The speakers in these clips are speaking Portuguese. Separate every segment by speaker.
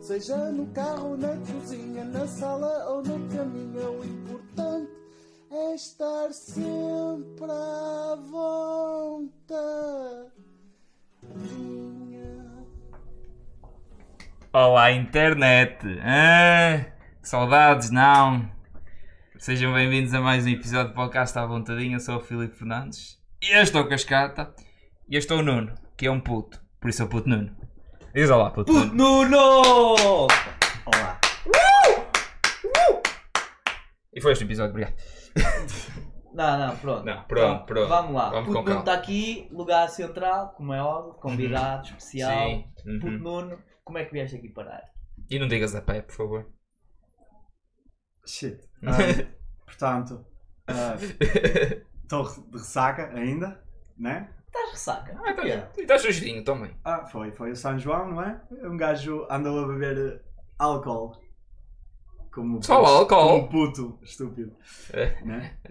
Speaker 1: Seja no carro, na cozinha, na sala ou no caminho, é o importante é estar sempre à vontade.
Speaker 2: Olá, internet! Ah, que saudades, não! Sejam bem-vindos a mais um episódio do podcast à vontadinha. Eu sou o Filipe Fernandes e eu estou com a Cascata e eu estou o Nuno, que é um puto, por isso é o puto Nuno. Diz olá, puto Nuno.
Speaker 3: Nuno! Olá.
Speaker 2: E foi este o episódio, obrigado.
Speaker 3: Não, não, pronto.
Speaker 2: Não, pronto, pronto.
Speaker 3: Vamos lá.
Speaker 2: Vamos
Speaker 3: Puto
Speaker 2: com
Speaker 3: Nuno
Speaker 2: calma.
Speaker 3: está aqui, lugar central, como é óbvio, convidado especial.
Speaker 2: Uhum.
Speaker 3: Puto Nuno, como é que vieste aqui parar?
Speaker 2: E não digas a pé, por favor.
Speaker 4: Shit. Ah, portanto, estou de ressaca ainda, né?
Speaker 3: Estás ressaca? é?
Speaker 2: Ah, tá E estás sujinho também.
Speaker 4: Ah, foi, foi o São João, não é? Um gajo andou a beber eh, álcool. Como um
Speaker 2: Só
Speaker 4: puto-
Speaker 2: álcool?
Speaker 4: Como puto, estúpido.
Speaker 2: É.
Speaker 4: Né?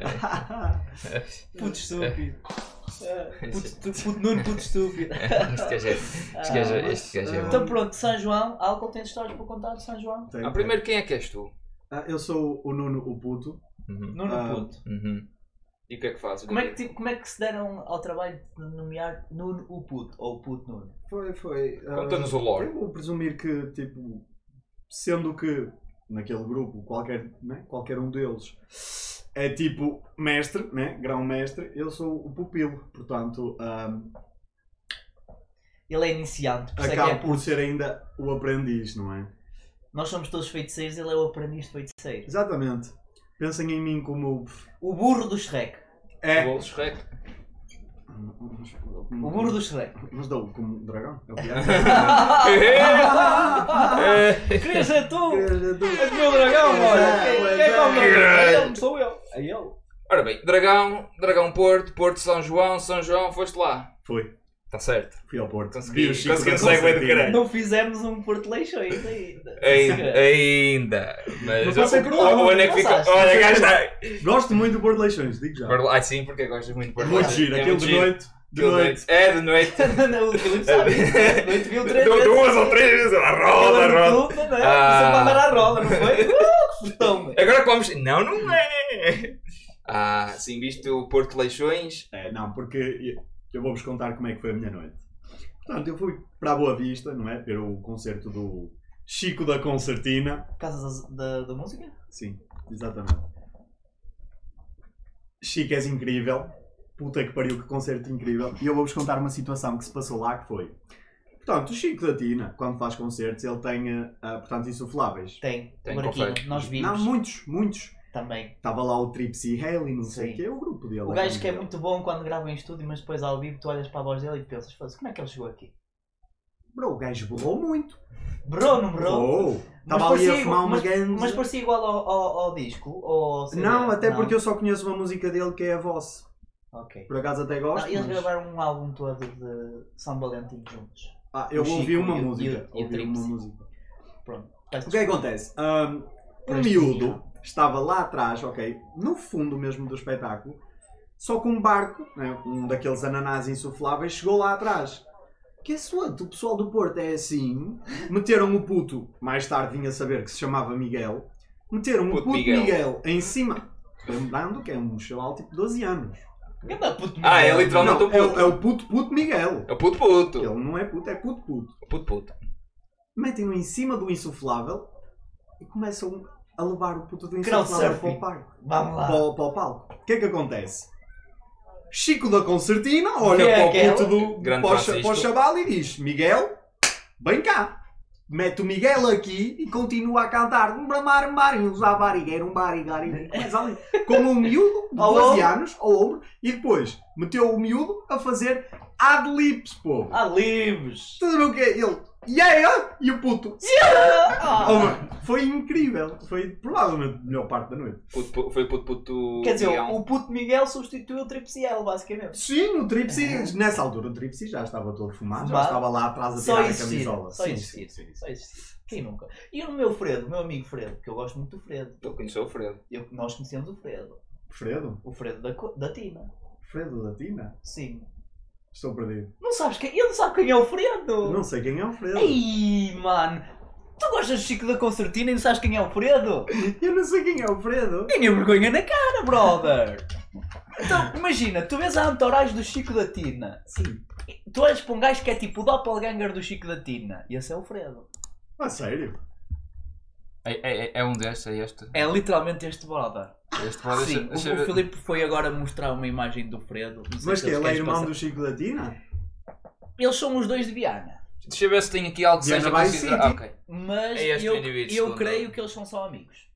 Speaker 3: Puto estúpido. Ah, Puto, estu- puto Nuno, puto estúpido.
Speaker 2: Este gajo é- este gajo é- este gajo é bom.
Speaker 3: Então pronto, São João, álcool tem histórias para contar de São João?
Speaker 4: Tem-
Speaker 2: Ah, primeiro, quem é que és tu?
Speaker 4: Então, Ah, eu sou o Nuno, o puto.
Speaker 2: Uhum.
Speaker 3: Nuno
Speaker 4: Ah.
Speaker 3: Puto.
Speaker 2: Uhum. E o que é que fazes?
Speaker 3: Como é que, ti- como é que se deram ao trabalho de nomear Nuno o Puto ou o Puto Nuno?
Speaker 4: Foi, foi. ah,
Speaker 2: Conta-nos o lore.
Speaker 4: Eu vou presumir que, tipo, sendo que naquele grupo qualquer, né, qualquer um deles é tipo mestre, né, grão-mestre, eu sou o pupilo, portanto, ah, ahm,
Speaker 3: Ele é iniciante, por isso é que é
Speaker 4: acabo
Speaker 3: Puto.
Speaker 4: por ser ainda o aprendiz, não é?
Speaker 3: Nós somos todos feiticeiros, ele é o aprendiz de feiticeiro.
Speaker 4: Exatamente. Pensem em mim como.
Speaker 3: O burro do Shrek.
Speaker 4: É.
Speaker 2: O Shrek.
Speaker 3: O burro do Shrek.
Speaker 4: Mas dou como dragão? É o pior.
Speaker 3: Ah. Querias ser tu? És meu
Speaker 4: dragão, olha.
Speaker 3: Quem quem é que é o meu dragão? Não Sou eu. É eu.
Speaker 2: Ora bem, Dragão, Dragão Porto, Porto São João, São João, foste lá.
Speaker 4: Foi,
Speaker 2: Está Tá certo.
Speaker 4: fui ao Porto.
Speaker 2: Consegui-
Speaker 4: Vi o Chico
Speaker 2: consegui um
Speaker 4: Gonçalo
Speaker 2: segue do
Speaker 4: Santino.
Speaker 2: caralho.
Speaker 3: Não fizemos um Porto Leixo ainda. ainda.
Speaker 2: É Ainda, ainda. Mas
Speaker 4: Mas você
Speaker 2: o-
Speaker 4: que não,
Speaker 2: o- onde é que
Speaker 3: não
Speaker 2: fica?
Speaker 3: sabes.
Speaker 2: Olha, cá está.
Speaker 4: Gosto muito do Porto de Leixões, digo já.
Speaker 2: Porto- Ai sim, porque gostas muito de Porto
Speaker 4: Muito
Speaker 2: Leixo.
Speaker 4: giro,
Speaker 2: É
Speaker 4: aquele
Speaker 2: muito
Speaker 4: de
Speaker 2: giro.
Speaker 4: noite. De
Speaker 2: Aquele
Speaker 4: noite.
Speaker 2: É, de noite.
Speaker 3: Não, o Filipe sabe. Eu te viu três
Speaker 2: Du-
Speaker 3: vezes.
Speaker 2: Duas ou três vezes. Ela roda, roda.
Speaker 3: Aquela roda, né?
Speaker 2: Ah.
Speaker 3: Isso é para andar à roda, não foi? Uh, que Portão.
Speaker 2: Agora vamos. Não, não é. Ah, sim, viste o Porto Leixões.
Speaker 4: É, não, porque eu- eu vou-vos contar como é que foi a minha noite. Portanto, eu fui para a Boa Vista, não é? Ver o concerto do Chico da Concertina.
Speaker 3: Casa da, da- da música?
Speaker 4: Sim, exatamente. Chico és incrível. Puta que pariu, que concerto incrível. E eu vou-vos contar uma situação que se passou lá que foi. Portanto, o Chico da Tina, quando faz concertos, ele tem, eh, ah, portanto, insufláveis.
Speaker 3: Tem.
Speaker 2: Tem,
Speaker 3: Tem Marquinhos.
Speaker 2: confere.
Speaker 3: Nós
Speaker 4: Não,
Speaker 3: vimos
Speaker 4: muitos, muitos.
Speaker 3: também.
Speaker 4: Estava lá o Tripsy Haley, não sei
Speaker 3: Sim.
Speaker 4: o que, é o grupo dele.
Speaker 3: O gajo que é
Speaker 4: Ele.
Speaker 3: muito bom quando grava em estúdio, mas depois ao vivo tu olhas para a voz dele e pensas, "Foda-se, como é que ele chegou aqui?
Speaker 4: Bro, o gajo borrou muito.
Speaker 3: Bro, não bro?
Speaker 4: Borrou. Estava ali
Speaker 3: parecia
Speaker 4: a fumar
Speaker 3: igual-
Speaker 4: uma ganza.
Speaker 3: Mas parecia igual ao, ao- ao disco? Ou ao CD?
Speaker 4: Não, até porque eu só conheço uma música dele que é a voz.
Speaker 3: Ok.
Speaker 4: Por acaso até
Speaker 3: Não,
Speaker 4: gosto.
Speaker 3: eles
Speaker 4: mas-
Speaker 3: gravaram um álbum todo de São Valentim juntos.
Speaker 4: Ah, eu
Speaker 3: o
Speaker 4: ouvi
Speaker 3: Chico
Speaker 4: uma
Speaker 3: e o-
Speaker 4: música.
Speaker 3: e o- e o
Speaker 4: Ouvi uma
Speaker 3: Tripsy.
Speaker 4: música.
Speaker 3: Pronto.
Speaker 4: O que é que acontece? Ahm, Um, miúdo estava lá atrás, ok, no fundo mesmo do espetáculo, só com um barco, né, um daqueles ananás insufláveis, chegou lá atrás. Que é suado, o pessoal do Porto é assim. Meteram o puto, mais tarde vinha saber que se chamava Miguel, meteram o
Speaker 2: Puto
Speaker 4: puto,
Speaker 2: Miguel.
Speaker 4: Miguel. em cima. Lembrando que é um chaval tipo 12 anos.
Speaker 3: Ganda puto
Speaker 2: Ah, é
Speaker 3: Miguel.
Speaker 2: literal- Literalmente
Speaker 4: Não,
Speaker 2: o
Speaker 4: é, o,
Speaker 2: puto.
Speaker 4: é o puto puto Miguel.
Speaker 2: É o puto puto.
Speaker 4: Ele não é puto, é puto puto
Speaker 2: O Puto puto.
Speaker 4: metem-no em cima do insuflável e começam a levar o puto do
Speaker 3: Crowdsurfing.
Speaker 4: insuflável para o palco.
Speaker 3: Vamos lá.
Speaker 4: Para, o- para o palco. O que é que acontece? Chico da Concertina olha
Speaker 3: Quem é
Speaker 4: para o puto
Speaker 3: aquele?
Speaker 4: do
Speaker 2: Grande
Speaker 4: para o cha-
Speaker 2: Francisco.
Speaker 4: para o chaval e diz: Miguel, vem cá. Mete o Miguel aqui e continua a cantar um bramar um barinho, um barigueiro, um barigueiro, começa ali, com um miúdo de
Speaker 3: Ao
Speaker 4: 12
Speaker 3: ombro.
Speaker 4: anos ao ombro e depois meteu o miúdo a fazer ad-libs, pô.
Speaker 3: Ah, livres.
Speaker 4: Tudo bem o que é? Ele, yeah! E o puto, Oh,
Speaker 3: Ah.
Speaker 4: mano, foi incrível. Foi provavelmente a melhor parte da noite.
Speaker 2: Puto pu- foi o puto puto.
Speaker 3: Quer dizer,
Speaker 2: Leão.
Speaker 3: o puto Miguel substituiu o Tripsiel, basicamente.
Speaker 4: Sim, o Tripsy, nessa altura o Tripsy já estava todo fumado, já
Speaker 3: Fumado.
Speaker 4: estava lá atrás a
Speaker 3: É. Só
Speaker 4: tirar a
Speaker 3: existir,
Speaker 4: camisola.
Speaker 3: só
Speaker 4: Sim,
Speaker 3: existir.
Speaker 4: sim, sim, sim.
Speaker 3: Só existia. Quem nunca? E o meu Fredo, o meu amigo Fredo, que eu gosto muito do Fredo.
Speaker 2: Tu conheceu o Fredo.
Speaker 3: Eu, nós conhecemos o Fredo.
Speaker 4: Fredo?
Speaker 3: O Fredo da, co- da Tina.
Speaker 4: Fredo da Tina?
Speaker 3: Sim.
Speaker 4: Estou perdido.
Speaker 3: Não sabes quem? Ele não sabe quem é o Fredo!
Speaker 4: Não sei quem é o Fredo.
Speaker 3: Ei, mano! Tu gostas de Chico da Concertina e não sabes quem é o Fredo?
Speaker 4: Eu não sei quem é o Fredo.
Speaker 3: Tenho vergonha na cara, brother! Então, imagina, tu vês a entourage do Chico da Tina.
Speaker 4: Sim.
Speaker 3: Tu olhas para um gajo que é tipo o doppelganger do Chico da Tina. E esse é o Fredo.
Speaker 4: A Ah, sério?
Speaker 2: É, é- é um destes, é este.
Speaker 3: É literalmente este brother.
Speaker 2: Este pode
Speaker 3: Sim,
Speaker 2: Ah, deixa, deixa
Speaker 3: o, o
Speaker 2: ver.
Speaker 3: Filipe foi agora mostrar uma imagem do Fredo. Não sei
Speaker 4: Mas
Speaker 3: se
Speaker 4: que ele é
Speaker 3: querem
Speaker 4: irmão
Speaker 3: passar.
Speaker 4: do Chico da Tina?
Speaker 3: Eles são os dois de Viana.
Speaker 2: Deixa eu ver se tem aqui algo que
Speaker 4: Diana
Speaker 2: seja
Speaker 4: vai
Speaker 2: considerado.
Speaker 4: sim,
Speaker 2: Ah,
Speaker 4: tipo-
Speaker 2: ok.
Speaker 3: Mas
Speaker 2: É este
Speaker 3: eu,
Speaker 2: indivíduo,
Speaker 3: eu
Speaker 2: segundo
Speaker 3: creio
Speaker 2: ele.
Speaker 3: que eles são só amigos.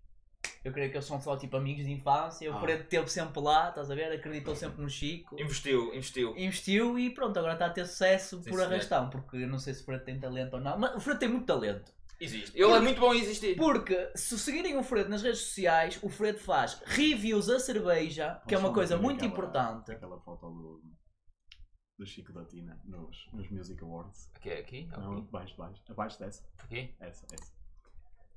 Speaker 3: Eu creio que eles são só tipo amigos de infância. O
Speaker 4: Ah.
Speaker 3: Fredo esteve sempre lá, estás a ver? Acreditou sempre no Chico.
Speaker 2: Investiu, investiu.
Speaker 3: investiu e pronto, agora está a ter sucesso por
Speaker 2: senhor.
Speaker 3: arrastão, porque eu não sei se o Fred tem talento ou não, mas o Fred tem muito talento.
Speaker 2: Existe. Ele é muito bom a existir.
Speaker 3: Porque se seguirem o Fred nas redes sociais, o Fred faz reviews a cerveja, que é uma coisa muito importante.
Speaker 4: Aquela foto do, do Chico da Tina nos, nos Music Awards.
Speaker 2: Aqui, aqui,
Speaker 3: É
Speaker 4: Não,
Speaker 2: aqui.
Speaker 4: baixo, baixo. Abaixo dessa.
Speaker 2: aqui.
Speaker 4: Essa, essa.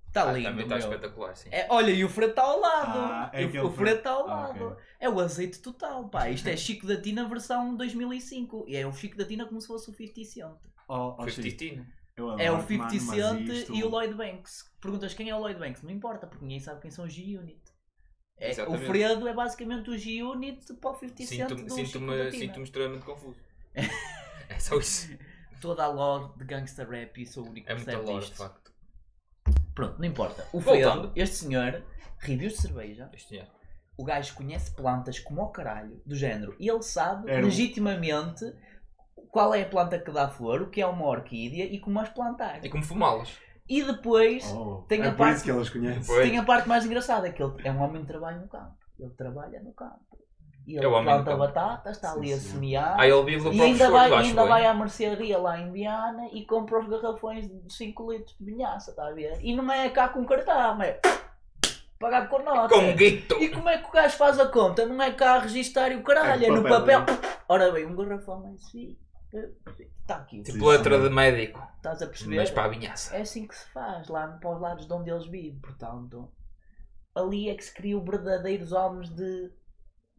Speaker 3: Está
Speaker 2: Ah,
Speaker 3: Tá lindo.
Speaker 2: também está
Speaker 3: meu.
Speaker 2: espetacular, sim.
Speaker 3: É, olha, e o Fred está ao lado.
Speaker 4: Ah, é
Speaker 3: E o-
Speaker 4: aquele
Speaker 3: o Fred está ao
Speaker 4: Ah,
Speaker 3: lado.
Speaker 4: ok.
Speaker 3: É o azeite total, pá. Isto é Chico da Tina versão 2005. E é o Chico da Tina como se fosse o 50 Cent.
Speaker 4: Oh, oh,
Speaker 2: Foi
Speaker 4: Chico,
Speaker 2: Titino.
Speaker 4: eu
Speaker 3: É o
Speaker 4: adoro-te,
Speaker 3: 50
Speaker 4: mano, mas
Speaker 3: Cent
Speaker 4: isto-
Speaker 3: e o Lloyd Banks. Perguntas quem é o Lloyd Banks? Não importa, porque ninguém sabe quem são os G-Unit. É, o
Speaker 2: Exatamente.
Speaker 3: Fredo é basicamente o G-Unit para o 50 Cent
Speaker 2: Sinto-me
Speaker 3: do Chico
Speaker 2: sinto-me-
Speaker 3: da Tina.
Speaker 2: sinto-me extremamente confuso. é só isso.
Speaker 3: Toda a lore de gangsta rap e sou o único
Speaker 2: É
Speaker 3: que
Speaker 2: muita
Speaker 3: percebe
Speaker 2: lore, de
Speaker 3: isto.
Speaker 2: facto.
Speaker 3: Pronto, não importa. O
Speaker 2: Voltando.
Speaker 3: Fredo, este senhor, reviews de cerveja,
Speaker 2: Este é.
Speaker 3: o gajo conhece plantas como ao caralho, do género. E ele sabe,
Speaker 4: Era um-
Speaker 3: legitimamente, qual é a planta que dá flor, o que é uma orquídea e como as plantar.
Speaker 2: É como fumá-los.
Speaker 3: E depois...
Speaker 4: Oh,
Speaker 3: Tem
Speaker 4: é
Speaker 3: a
Speaker 4: por
Speaker 3: parte-
Speaker 4: isso que elas conhecem.
Speaker 2: Foi.
Speaker 3: Tem a parte mais engraçada, é que ele é um homem que trabalha no campo. Ele trabalha no campo. E ele
Speaker 2: É o homem do
Speaker 3: planta
Speaker 2: campo.
Speaker 3: batatas, está ali a
Speaker 4: Sim, sim.
Speaker 3: semear.
Speaker 2: Ah, ele vive do
Speaker 3: e
Speaker 2: próprio
Speaker 3: ainda
Speaker 2: choro,
Speaker 3: vai,
Speaker 2: acho
Speaker 3: ainda
Speaker 2: eu.
Speaker 3: vai à mercearia lá em Viana e compra os garrafões de 5 litros de vinhaça, está a ver? E não é cá com cartão, é pagar com nota.
Speaker 2: Com guito.
Speaker 3: E como é que o gajo faz a conta? Não é cá a registar e o caralho, é,
Speaker 4: É
Speaker 3: no
Speaker 4: no
Speaker 3: papel.
Speaker 4: papel.
Speaker 3: Ora bem, um garrafão é assim. Está aqui,
Speaker 2: Tipo letra de médico.
Speaker 3: estás a perceber?
Speaker 2: Mas para a vinhaça.
Speaker 3: É assim que se faz, lá para os lados de onde eles vivem, portanto. Ali é que se criam verdadeiros homens de.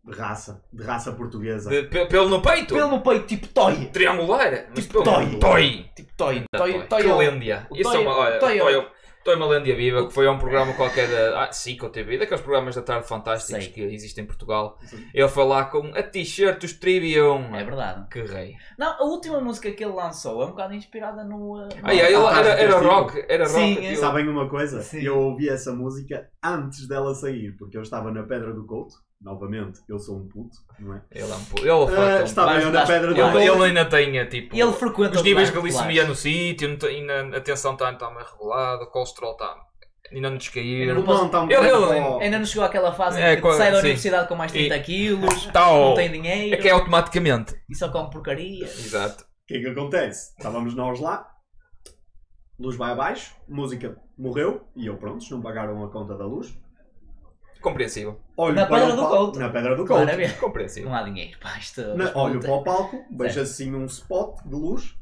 Speaker 4: De raça. De raça portuguesa.
Speaker 2: De- pe- pelo no peito.
Speaker 3: pelo no peito, tipo toia!
Speaker 2: Triangular. Mas pelo
Speaker 3: Tipo toi.
Speaker 2: Toi.
Speaker 3: Tipo toia!
Speaker 2: Da
Speaker 3: Toia,
Speaker 2: toi. Que
Speaker 3: toia!
Speaker 2: lêndia.
Speaker 3: O
Speaker 2: Tá Isso é
Speaker 3: toi-
Speaker 2: uma. Olha,
Speaker 3: toi-
Speaker 2: toi- Toi é uma lêndia viva que foi a um programa qualquer da ah, SIC ou TV, daqueles programas da tarde fantásticos
Speaker 3: Sei.
Speaker 2: que existem em Portugal.
Speaker 4: Sim.
Speaker 2: Ele foi lá com a t-shirt dos Trivium.
Speaker 3: É verdade.
Speaker 2: Que rei.
Speaker 3: Não, a última música que ele lançou é um bocado inspirada no. uh,
Speaker 2: Ah, yeah, ele
Speaker 4: Fantástico,
Speaker 2: era, era
Speaker 4: castigo.
Speaker 2: rock. Era rock.
Speaker 3: Sim,
Speaker 2: aquilo.
Speaker 3: Eu-
Speaker 4: Sabem uma coisa?
Speaker 3: Sim.
Speaker 4: Eu ouvi essa música antes dela sair, porque eu estava na Pedra do Couto. Novamente, eu sou um puto, não é?
Speaker 2: Ele é um pouco. Ele,
Speaker 4: Ah,
Speaker 2: falta um
Speaker 4: estava
Speaker 3: mas-
Speaker 4: eu na
Speaker 3: mas-
Speaker 4: Pedra do
Speaker 2: pouco. ele, ele
Speaker 4: Couto.
Speaker 2: ainda tem tipo.
Speaker 3: Ele é frequenta
Speaker 2: os níveis de
Speaker 3: bares
Speaker 2: glicemia no
Speaker 3: populares.
Speaker 2: sítio, não tem- ainda a tensão está tá mais regulada, o colesterol está. Ainda não
Speaker 3: Ainda
Speaker 4: O
Speaker 2: descaiu.
Speaker 3: não- tá
Speaker 4: não está um
Speaker 2: Ele-
Speaker 4: bocado
Speaker 2: ele-
Speaker 4: bom.
Speaker 3: Ainda não chegou àquela fase
Speaker 2: É,
Speaker 3: em que
Speaker 2: co-
Speaker 3: sai da
Speaker 2: sim.
Speaker 3: universidade com mais 30 quilos,
Speaker 2: Tal.
Speaker 3: não tem dinheiro
Speaker 2: É que é automaticamente.
Speaker 3: e só come porcaria.
Speaker 2: Exato.
Speaker 4: O que é que acontece? Estávamos nós lá, luz vai abaixo, música morreu, e eu, prontos, não pagaram a conta da luz.
Speaker 2: Compreensível.
Speaker 4: Olho
Speaker 3: Na
Speaker 4: para
Speaker 3: Pedra
Speaker 4: o
Speaker 3: do
Speaker 4: palco-
Speaker 3: Couto.
Speaker 4: Na Pedra do Couto.
Speaker 3: Claramente.
Speaker 2: Compreensível.
Speaker 3: Não há dinheiro, pá, isto. é
Speaker 4: Na-
Speaker 3: isto
Speaker 4: olho
Speaker 3: puta-
Speaker 4: para o palco, vejo assim um spot de luz,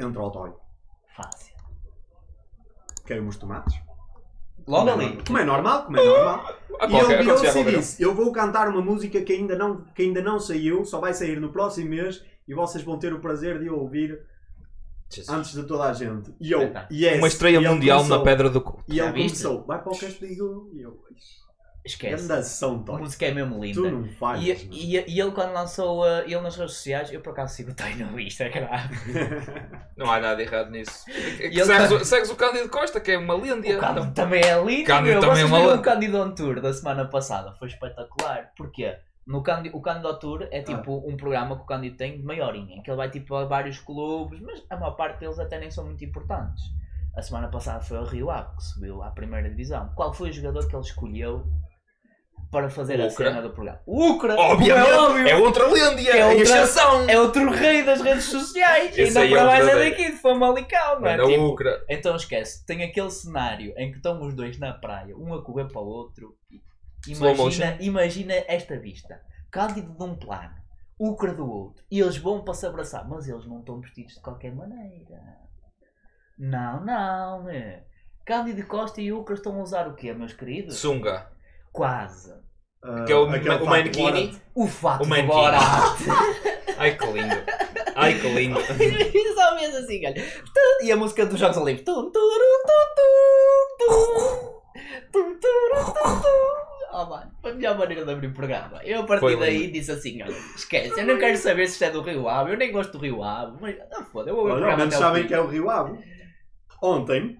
Speaker 4: entra o toy.
Speaker 3: Fácil.
Speaker 4: Queimam os tomates.
Speaker 3: Logo
Speaker 4: Como é
Speaker 3: ali.
Speaker 4: normal, Como é normal, como é normal.
Speaker 2: Ah,
Speaker 4: E ele
Speaker 2: qualquer- acontecer a
Speaker 4: virou-se e
Speaker 2: qualquer um.
Speaker 4: disse: Eu vou cantar uma música que ainda, não, que ainda não saiu, só vai sair no próximo mês e vocês vão ter o prazer de ouvir
Speaker 2: Jesus.
Speaker 4: antes de toda a gente. E eu,
Speaker 3: Espetáculo.
Speaker 4: yes.
Speaker 2: Uma estreia
Speaker 4: Ah, é, E um ele
Speaker 2: mundial
Speaker 4: começou-
Speaker 2: na Pedra do Cu.
Speaker 4: E
Speaker 3: Já
Speaker 4: ele
Speaker 3: viste?
Speaker 4: começou: Vai para o castigo. E eu,
Speaker 3: Esquece.
Speaker 4: grande ação,
Speaker 3: A
Speaker 4: Toy.
Speaker 3: música é mesmo linda.
Speaker 4: Tu não falhas.
Speaker 3: E,
Speaker 4: mano."
Speaker 3: e- e ele quando lançou uh, ele nas redes sociais, eu por acaso sigo o Tay no Instagram.
Speaker 2: Não há nada errado nisso. É que
Speaker 3: ele
Speaker 2: segues,
Speaker 3: tá-
Speaker 2: o- segues o Cândido Costa, que é uma
Speaker 3: O
Speaker 2: lêndia.
Speaker 3: Cândido também é lindo.
Speaker 2: Cândido
Speaker 3: meu.
Speaker 2: também
Speaker 3: Vocês
Speaker 2: é uma
Speaker 3: viram
Speaker 2: lenda.
Speaker 3: o Cândido on Tour da semana passada, foi espetacular. Porquê? No Cândido, o Cândido on Tour
Speaker 2: Ah.
Speaker 3: é tipo um programa que o Cândido tem de meia horinha, em que ele vai tipo a vários clubes, mas a maior parte deles até nem são muito importantes. A semana passada foi o Rio Ave que subiu à primeira divisão. Qual foi o jogador que ele escolheu para fazer a
Speaker 2: Lucra.
Speaker 3: cena do programa? Lucra! Como é óbvio.
Speaker 2: Obviamente, é outra lêndia.
Speaker 3: É
Speaker 2: É
Speaker 3: outra-
Speaker 2: exceção.
Speaker 3: É outro rei das redes sociais.
Speaker 2: Esse
Speaker 3: Ainda
Speaker 2: aí
Speaker 3: para
Speaker 2: é o
Speaker 3: mais é
Speaker 2: verdadeiro.
Speaker 3: daqui, de Famalicão, não é?
Speaker 2: Manda
Speaker 3: Tipo,
Speaker 2: Ucra.
Speaker 3: então esquece, tem aquele cenário em que estão os dois na praia, um a correr para o outro.
Speaker 2: Slow motion.
Speaker 3: Imagina, imagina esta vista: Cândido de um plano, Ucra do outro, e eles vão para se abraçar, mas eles não estão vestidos de qualquer maneira. Não, não. é. Cândido Costa e Ucra estão a usar o quê, meus queridos?
Speaker 2: Sunga.
Speaker 3: Quase.
Speaker 4: Ah,
Speaker 2: Que é o,
Speaker 4: aquele
Speaker 2: ma- o
Speaker 4: fato
Speaker 2: manequini.
Speaker 3: O fato
Speaker 2: O
Speaker 3: de
Speaker 2: manquinho.
Speaker 3: Borat.
Speaker 2: Ai que lindo. Ai que lindo.
Speaker 3: Só mesmo assim, olha. E a música dos Jogos Olímpicos. Tum, turum, tum, Oh, maneira de abrir o programa. Eu a partir daí disse assim: olha, esquece, eu não quero saber se isto é do Rio Ave, eu nem gosto do Rio Ave, mas não foda, eu vou abrir o
Speaker 4: Olha,
Speaker 3: programa.
Speaker 4: ao
Speaker 3: até
Speaker 4: menos
Speaker 3: ao
Speaker 4: sabem
Speaker 3: fim.
Speaker 4: que é o Rio Ave. Ontem,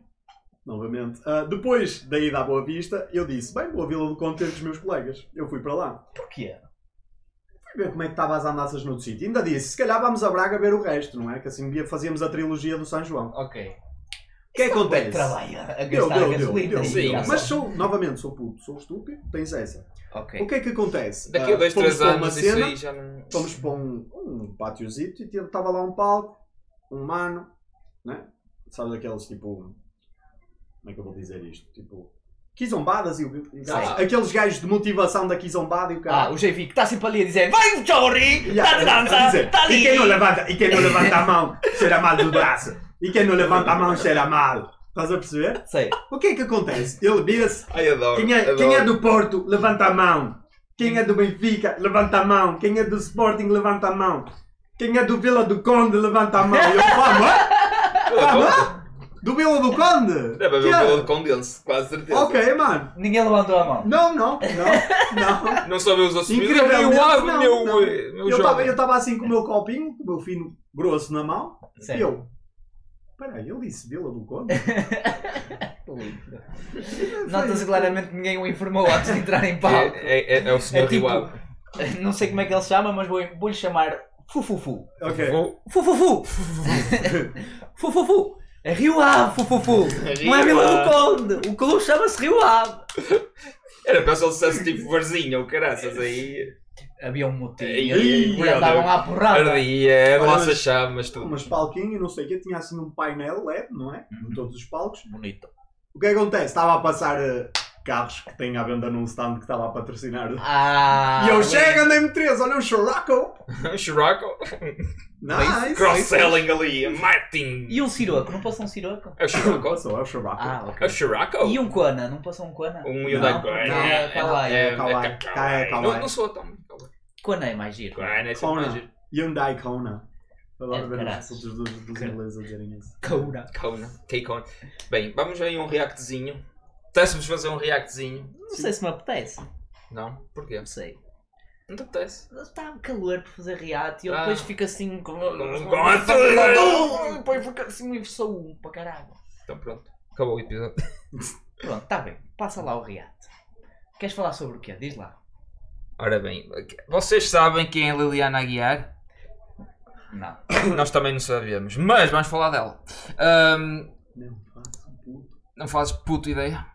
Speaker 4: novamente, ah, depois da ida à Boa Vista, eu disse: Bem, vou à Vila do Conde ter com os meus colegas. Eu fui para lá.
Speaker 3: Porquê?
Speaker 4: Fui ver como é que estava as andanças no sítio. Ainda disse: Se calhar vamos a Braga ver o resto, não é? Que assim via- fazíamos a trilogia do São João.
Speaker 3: Ok.
Speaker 4: O que é que
Speaker 3: Bem,
Speaker 4: acontece?
Speaker 3: trabalha a um gastar
Speaker 4: Deu, deu, deu,
Speaker 3: gasolina.
Speaker 4: deu,
Speaker 3: e
Speaker 2: sim,
Speaker 3: gasta.
Speaker 4: Mas sou, novamente, sou puto, sou estúpido, tens essa. O
Speaker 3: Ok. Ah,
Speaker 4: que é que acontece?
Speaker 2: Daqui a
Speaker 4: Ah,
Speaker 2: dois,
Speaker 4: fomos
Speaker 2: três
Speaker 4: para uma
Speaker 2: anos isso
Speaker 4: cena,
Speaker 2: aí já não.
Speaker 4: fomos para um, um pátiozito e estava lá um palco, um mano, né? Sabe daqueles tipo. Como é que eu vou dizer isto? Tipo. Quizombadas e o. e o gajo-
Speaker 3: Sim.
Speaker 4: aqueles gajos de motivação da Quizombada e o
Speaker 3: Ah,
Speaker 4: cara.
Speaker 3: o JV que está sempre ali a dizer: Vai, Jorri! Está de
Speaker 4: eh,
Speaker 3: dança! Está ali!
Speaker 4: e quem não levanta, e quem não levanta a mão será mal do braço. E quem não levanta a mão será mal. Estás a perceber?
Speaker 3: Sei.
Speaker 4: O que é que acontece? Ele vira-se.
Speaker 2: Ai, adoro.
Speaker 4: Quem é,
Speaker 2: adoro.
Speaker 4: quem é do Porto, levanta a mão. Quem é do Benfica, levanta a mão. Quem é do Sporting, levanta a mão. Quem é do Vila do Conde, levanta a mão. E eu, fama?
Speaker 2: Ah,
Speaker 4: Fama? Do Vila do Conde? é
Speaker 2: Deve haver
Speaker 4: Que é?
Speaker 2: um bolo de condense, quase certeza.
Speaker 4: Ok, mano.
Speaker 3: Ninguém levantou a mão.
Speaker 4: Não, não, não, não.
Speaker 2: Não sabemos assumir.
Speaker 4: Incrivelmente,
Speaker 2: Rio Ave,
Speaker 4: não,
Speaker 2: meu,
Speaker 4: não.
Speaker 2: eh, meu
Speaker 4: Eu
Speaker 2: jovem.
Speaker 4: estava assim com o meu copinho, com o meu fino grosso na mão.
Speaker 3: Sei.
Speaker 4: E eu, peraí, ele disse Vila do Conde?
Speaker 3: Nota-se
Speaker 4: Foi-
Speaker 3: claramente que ninguém o informou antes de entrar em palco.
Speaker 2: É, é- é- é o senhor
Speaker 3: É tipo-
Speaker 2: Rio Ave.
Speaker 3: Não sei como é que ele se chama, mas vou- vou-lhe chamar Fufufu.
Speaker 4: Ok.
Speaker 2: Vou-
Speaker 3: Fufufu! Fufufu! É Rio Ave, Fufufu! Não é
Speaker 2: Rio
Speaker 3: Vila do
Speaker 2: Ave.
Speaker 3: Conde! O clube chama-se Rio Ave!
Speaker 2: Era para se ele dissesse tipo Varzinha ou caraças aí.
Speaker 3: Havia um motim
Speaker 2: Ei,
Speaker 3: e
Speaker 2: brother.
Speaker 3: andavam à porrada.
Speaker 2: Ardia, é a
Speaker 4: Olha,
Speaker 2: nossa
Speaker 4: mas-
Speaker 2: chave, mas tu.
Speaker 4: Umas palquinho, não sei o que, tinha assim um painel LED, não é?
Speaker 3: Uhum.
Speaker 4: Em todos os palcos.
Speaker 3: Bonito.
Speaker 4: O que acontece? Estava a passar eh, carros que têm à venda num stand que estava a patrocinar.
Speaker 3: Ah,
Speaker 4: e eu
Speaker 3: bem.
Speaker 4: chego, andei-me 3, olha um Scirocco!
Speaker 2: É Churaco.
Speaker 4: Nice!
Speaker 2: Cross-selling ali, Martin.
Speaker 3: E um Siroco, não passou um Siroco?
Speaker 2: É o Churaco?
Speaker 4: Passou, é o Scirocco.
Speaker 3: Ah,
Speaker 2: É
Speaker 3: ok.
Speaker 2: o Churaco?
Speaker 3: E um Kona, não passou um Kona?
Speaker 2: Um
Speaker 3: Não,
Speaker 2: Hyundai
Speaker 3: não,
Speaker 2: Kona.
Speaker 3: é Kawai.
Speaker 2: É, é
Speaker 4: Kawai.
Speaker 2: Kawai.
Speaker 4: Cá é Kawai.
Speaker 2: Não, não sou tão. Kawai.
Speaker 3: Kona é mais giro.
Speaker 2: Kawai, né?
Speaker 4: Kona.
Speaker 2: Sempre mais
Speaker 4: Hyundai Kona. Adoro
Speaker 3: É,
Speaker 4: ver os
Speaker 3: caraças.
Speaker 4: insultos dos, dos ingleses a dizerem isso.
Speaker 3: Kona.
Speaker 2: giro. Kona. Take on. Bem, vamos aí a um reactzinho. Pudéssemos fazer um reactzinho.
Speaker 3: Não sei se me apetece.
Speaker 2: Não? Porquê?
Speaker 3: Não sei.
Speaker 2: Não te apetece.
Speaker 3: Está calor para fazer reato e eu
Speaker 2: Ah.
Speaker 3: depois fico assim com.
Speaker 2: Gosto.
Speaker 3: Depois fico assim e sou um para caralho.
Speaker 2: Então pronto. Acabou o episódio.
Speaker 3: Pronto, está bem. Passa lá o reato. Queres falar sobre o quê? Diz lá.
Speaker 2: Ora bem, vocês sabem quem é Liliana Aguiar?
Speaker 3: Não.
Speaker 2: Nós também não sabemos, mas vamos falar dela. Ahm,
Speaker 4: Não faço um puto.
Speaker 2: não fazes puta ideia?